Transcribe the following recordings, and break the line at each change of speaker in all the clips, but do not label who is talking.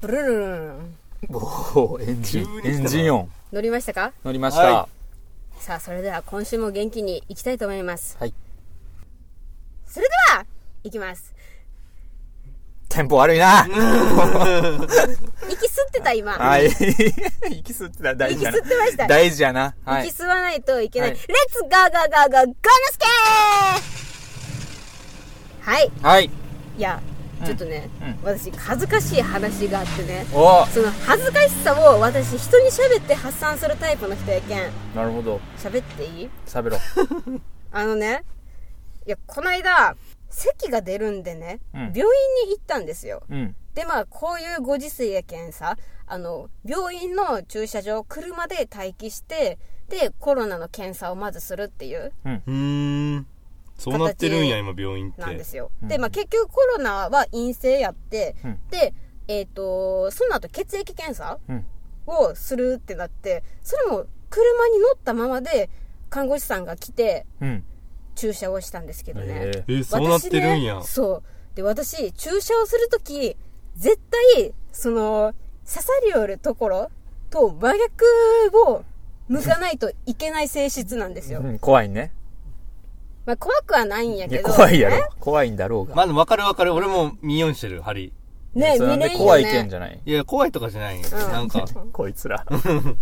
ブルルルルン
おおエンジン
急に来たな
エンジン音
乗りましたか
乗りました、
は
さあそれでは今週も元気にいきたいと思います
はい
それではいきます
テンポ悪いな、
息吸ってた今、
はい 息吸ってた大事
息吸
や
っ
な
てました、
大事やなはい
息吸わないといけない、
はい
レッツガーガーガーガーガーナスケーはい
はい
いやちょっとね、
うんうん
私恥ずかしい話があってね
お
その恥ずかしさを私人に喋って発散するタイプの人やけん
おなるほど
喋っていい
喋ろう
あのねいやこの間咳が出るんでね、
うん
病院に行ったんですよ
うん
でまあこういうご時世やけんさあの病院の駐車場車で待機してでコロナの検査をまずするっていう
うーんそうなってるんや今病院って
なんですよ、
うん
でまあ結局コロナは陰性やって、
うん
でえっ、とその後血液検査
うん
をするってなってそれも車に乗ったままで看護師さんが来て
うん
注射をしたんですけどね、
え
え
ー
そうなってるんや、
私ねそうで私注射をするとき絶対その刺さりよるところと真逆を向かないといけない性質なんですよ、
うん怖いね
まあ、怖くはないんや
い
け
や
ど
怖いやろ怖いんだろうが、
まあでも分かる分かる俺も見よんしてる針
ね
それ
見れんよね
で怖いけんじゃない
いや怖いとかじゃないんや、
ん
なんか
こいつら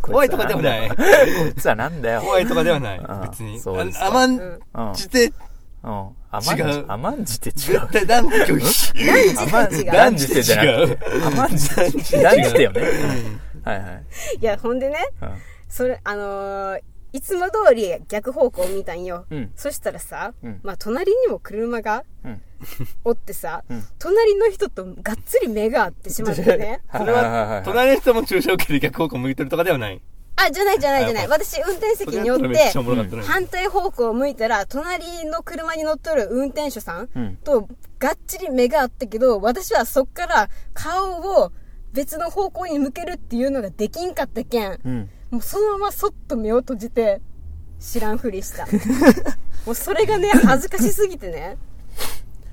怖いとかではない
こいつらなんだよ
怖いとかではない
ああ
別に
そうですか
あ甘ん
うん
うん
じて
うん甘んじ
違う
甘んじて違う
絶対断固拒否
甘ん
違う
断じてじゃなくて
違
甘んじて断じてよねはいはい
いやほんでねそれあのーいつも通り逆方向を見たんよ、
うん
そしたらさ、
うん
まあ、隣にも車が
うん
おってさ、
うん
隣の人とがっつり目が合ってしまって ね
はい
それ
はいはいは
はい隣の人も注射受けて逆方向向いてるとかではない
あじゃないじゃないじゃない私運転席
それ
によ
や
っ
ったらめってちゃおもろかったのに
反対方向を向いたら隣の車に乗っとる運転手さん
うん
とがっちり目が合ったけど私はそっから顔を別の方向に向けるっていうのができんかったけん
うん
もうそのままそっと目を閉じて知らんふりしたもうそれがね恥ずかしすぎてね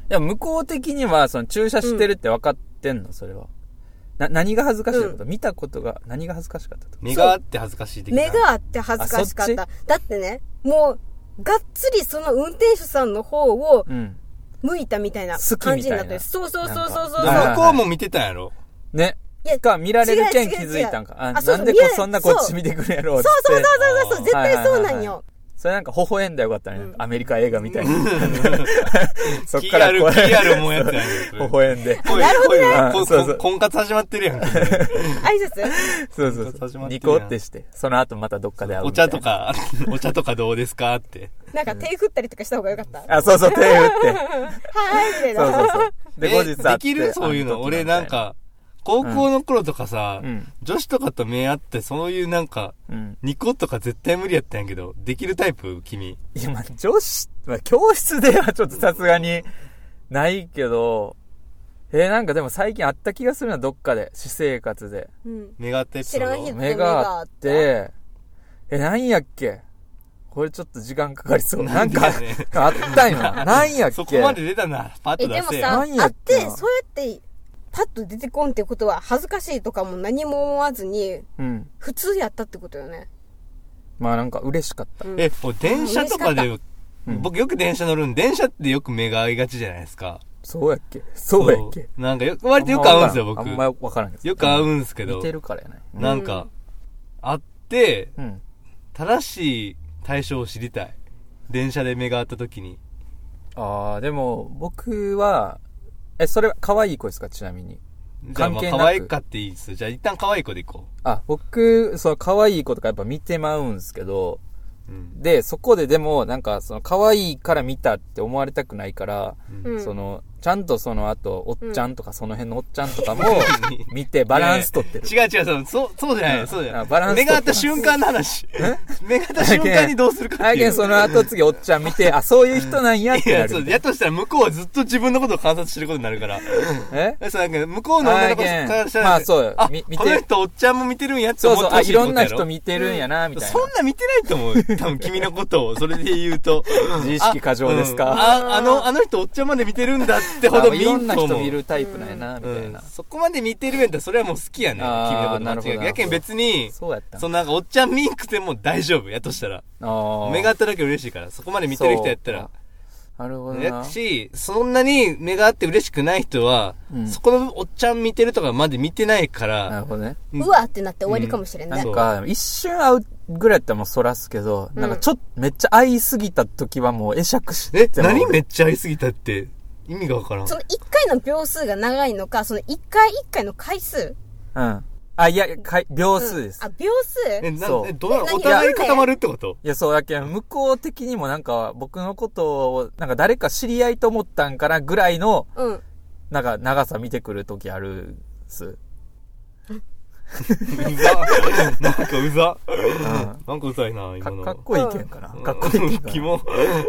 でも向こう的にはその注射してるって分かってんのそれはな何が恥ずかしいこと、見たことが何が恥ずかしかったってこと
目があって恥ずかしい的な
目があって恥ずかしかった
あ
だってねもうがっつりその運転手さんの方を
うん
向いたみたいな
好きみたいな
感じになってるそうそうそうそうそう
で
そ
も
う
向こうも見てたんやろ
ね
いや
か見られるけん
違
気
う違う違う
づいたんかあ
あそう
なんでこ
見られ
そんなこっち見てくるやろうっつって
そうそうそうそうそう、絶対そうなんよ。
はいはいはいはいそれなんか微笑んだよかったね、アメリカ映画みたいな そっからこ
PR
う
PR もやってない
微笑んで
なるほ
ねそうそう
婚活始まってるやん。
挨拶
そうそう
婚活
そ
始ま
う
って
ニ
るやん
コってしてその後またどっかで会う
お
みたい
茶
な
とか、 お茶とかどうですかって。
なんか手振ったりとかした方がよかった。は
あそうそう手振って
ーい、みたいな。
そうそうそう。で、
え
後日会って
できるそういうの。俺なん、か、高校の頃とかさ
うん、
女子とかと目合って、そういうなんか、
あの時なんて
ニコとか絶対無理やったんやけど、できるタイプ君。
うん。いや、まあ、女子、まあ、教室ではちょっとさすがにないけど、えーなんかでも最近あった気がするな、どっかで。私生活で。
うん。
目が合ったやつ
知らん人
目があって、え、なんやっけこれちょっと時間かかりそう。なんか、
なんでやね
あったん よな。なんやっけ
そこまで出たな。パッ
え、
と
で
出
も
せ
さ、
よ。
何や
会
っ
っ
け
て、
な
そうやって、パッと出てこんってことは、恥ずかしいとかも何も思わずに、
うん。
普通やったってことよね。
まあなんか嬉しかった。
うん
え、俺電車とか
嬉
で、
うん
僕よく電車乗るん、電車ってよく目が合いがちじゃないですか。
そうやっけそうやっけ
そうなんかよく、割とよく合うんですよ、僕。
あんまわからんけど。
よく合
ん
うんですけど。
似てるからやない。
なんか、あって、
うん。
正しい対処を知りたい。電車で目が合った時に。
ああ、でも、僕は、え、それ、可愛い子ですかちなみに。
じゃあ、ま
関係な
あ、
く
可愛かっていいですよ。じゃあ、一旦可愛い子でいこ
あ、僕、その、可愛い子とかやっぱ見てまうんすけど、
う。うん。
で、そこででも、なんか、その、可愛いから見たって思われたくないから、
うん
その、ちゃんとその後、おっちゃんとか、その辺のおっちゃんとかも、見てバランス取ってる。
違う違う、そう、そう、そうじゃな
うん
い、そうじゃ
あバラ
な
ン
い。
ス取って
目が合った瞬間の話。目が合った瞬間にどうするかっ
あ
て
け
い
ん、
う。
その後次おっちゃん見て、あ、そういう人なんやっ
い
てな
や、
る
そう、
み
や
たい
っとしたら向こうはずっと自分のことを観察してることになるから。
な。え
え、そう、なんか、向こうの女
あー
の子
けん
からしたら、
まあそうよ
あ、
み見
こ
て
の人おっちゃんも見てるんやって
そう
思
そう、
って
あ、
ほし
い
いっ
ろ
てこと
ん
やろ。
な人見てるんやな、みたい
そんな見てないと思う。 多分君のことを、それで言うと。
な。自意識過剰ですか
あ,うん、ああの、あの人おっちゃんまで見てるんだっててほど
あ
見
いろん
ん
な
と
人
思う
見るタイプなんやな、み
う
たい
ん
な、。
そこまで見てるんやったらそれはもう好きやね
あー
君のこと間
なるほど
違い
なるほど
なくやけん別にそ
そうやったん
のなんかおっちゃん見んくても大丈夫やとしたら
ああ。
目が合っただけ嬉しいからそこまで見てる人やったら
そう。なるほど
や
な。
しそんなに目が合って嬉しくない人は、
うん
そこのおっちゃん見てるとかまで見てないか
な
ら
るほどね。
うわってなって終わりかもしれん
な
ね
そ
ん
う
か、一瞬会うぐらいやったらもうそらすけど、
うん
なんかちょっとめっちゃ会いすぎた時はもう会釈して
え
も
何めっちゃ会いすぎたって意味がわからん
その1回の秒数が長いのかその1回1回の回数
うん。あ、いや、かい秒数です。
あ秒数
えな
そう
えどうなの
え
お互い
何
固まるってこと
いや、そうやけん、向こう的にもなんか、僕のことを、なんか誰か知り合いと思ったんかなぐらいの、
うん
なんか長さ見てくる時あるっす。
うざ なんかうざ
う
なんかうざいな今
ん。か
の
かっこいいけんかな。
うん
かっこいいけん
キ
か
モ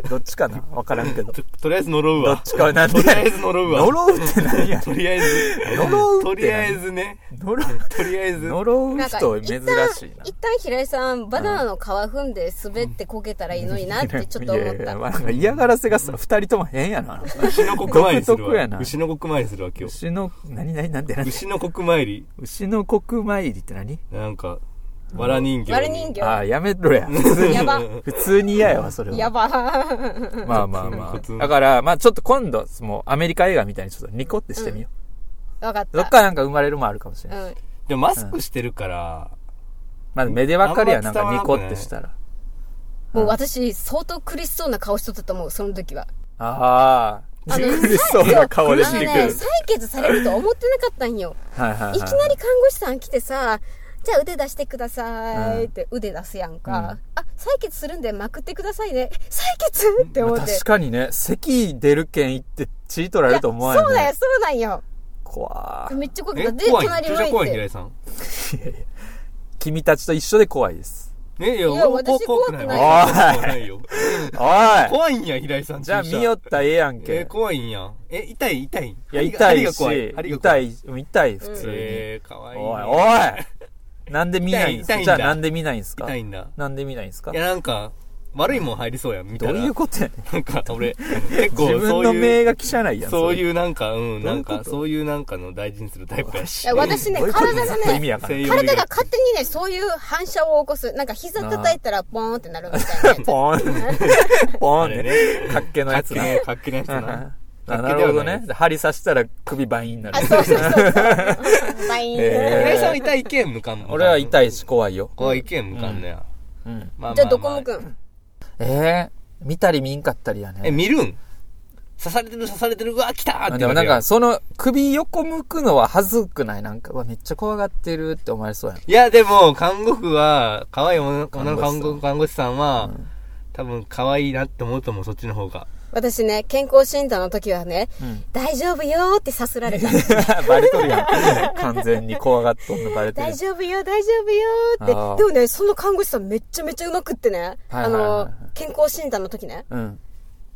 な。どっちかなわから んけど。
ととりあえず呪う
ど
わ
っちかはなんで
とりあえず呪 うわ
呪うって何やね
とりあえず
呪うって何
とりあえずね
ん呪
とりあえ
う、
ず
呪う
なんか
人珍し
一
いな
旦一。旦平井さんバナナの皮踏んで滑ってこけたらいいのになってちょっと思っ
いやいや
た
まあなんか嫌がらせがさ、二人とも変やな。
牛の国参りする
独特やな
わ牛の国参りするわ今日
牛の、何何なんでなんで
牛の国参り
牛の国参りって何
なんかわら人形
割れ人形
ああ、やめろ や。普通に
やば
普通に嫌やわ、それは。
やば
まあまあま
普通
あ。
に
だから、まあちょっと今度、もうアメリカ映画みたいにちょっとニコってしてみよ
わかっ
う。どっか
た
らなんか生まれるもあるかもしれない。
うん
でもマスクしてるから
まあ目でわかるやん、
あ
なん
んま伝
か
わ
ニコっ
らんくない
てしたら。
もう私相当苦しそうな顔しとったと思うその時は
ああ。
あの
苦しそうな顔で
あ
し
の
てく
ね
る。
採血されると思ってなかったんよ
はいはいは
い
い。
きなり看護師さん来てさじゃあ腕出してくださいって腕出すやんか、
うん
あ採血するんでまくってくださいね採血って思
まあ
って
確かにね、咳出るけん行って血取られると思わん
そうだよ
ね。
そうなんよ
怖ー
めっちゃ怖かっ
え
たで
怖い
隣
めっちゃ
向
怖
い
い平
て
井さん
君たちと一緒で怖いです。
えいや
いや
俺も
私
怖くない
怖くない
怖くないよ
おい
怖いんや平井さん
じゃあ
注射
見よったらええやん
え
け
ー。怖いんやえ痛い痛いい
いや、痛いし、
針が
痛
怖い
い、痛い、普通に。
えーかわいい
おい、 おいなんで見ないんす
痛い痛い
か
ん
じゃ
だ
あなんで見ないんすか
痛いんだ
なんで見ないんすか
いやなんか悪いもん入りそうやん見た
ど
ら
ういうことやねん。
なんか俺結
自
構
分
そう
の
いう
名が汚いやん。
そう
う。
いうなんかうん
どう
ない
うんこと
かそういうなんかの大事にするタイプやし
いや私ね
どういうこと
体がね
ずっと意味わからん
西洋
体が勝手にねそういう反射を起こすなんか膝叩いたらポーンってなるみたいな
ポーン。ポーン
あ
ね
れ。
かっけの
か
や
っ
つ
け
な。
ねかっけねやつ
あ
な
なるほどね
かっけではない。
で針刺したら首バインになる
あ。そうそうそうそうバ イーン、
えー
平井さんは痛いけん無感
俺は痛
い
いし怖いよ。
怖いけん無感だよ
うん。
まあまあ
じゃあどこ向く
まあ
ん
ええ見たり見んかったりや
え
ね。
見るん刺されてる刺されてるうわ来たーって
でもなん
るや
か、その首横向くのは恥ずくないなんか、うわ、めっちゃ怖がってるって思われ そうやん。
いや、でも、看護婦は、可愛い女の女の
看
看
護師さん
護看護師さんは、多分可愛いなって思うと思う、そっちの方が。
私ね健康診断の時はね、
うん
大丈夫よーってさすられた
バレとるやん。 完全に怖がっとんのバレてる
大。丈夫よ大丈夫よーって
あー
でもねその看護師さんめっちゃめちゃうまくってね、
はいはいはいはい
あの健康診断の時ね
うん。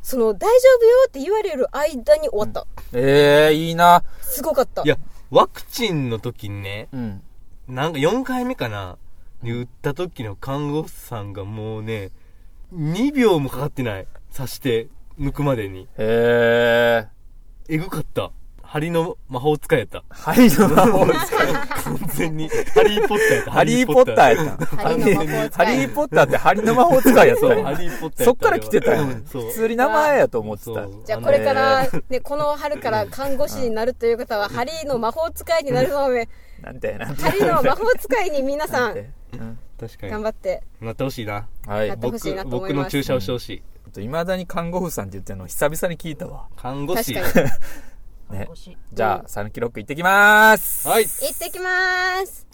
その大丈夫よって言われる間に終わった、
ええいいな。
すごかった
いや、ワクチンの時にね、
うん。
なんか4回目かな、に打った時の看護師さんがもうね、2秒もかかってない。刺して、抜くまでに。
ええ
えぐかった。針の魔法使いやった。
針の魔法使い。
完全に。ハリーポッターやっ た。
ハリーポッターやった。
ハリーの魔法
ハ
使い
リーポッターって針の魔法使いやった
そう、
や
ハ
ん
リーポッターやった。
そっから来てたや。
うんんそう
普。通に名前やと思ってた。
そう
じゃあこれから、ね、この春から看護師になるという方は、ハリーの魔法使いになるので、
なんて、なんて。
ハリーの魔法使いに皆さん、
うん。
確か
頑
に。
張って。
なってほしいな。
はい。
なってほしいなと思います
僕の注射をしてほしい。
いまだに看護婦さんって言ってるの久々に聞いたわ。
看護
確
師。
かに。
ね。じゃあ、サヌキロック行ってきまーす。
はい。
行ってきまーす。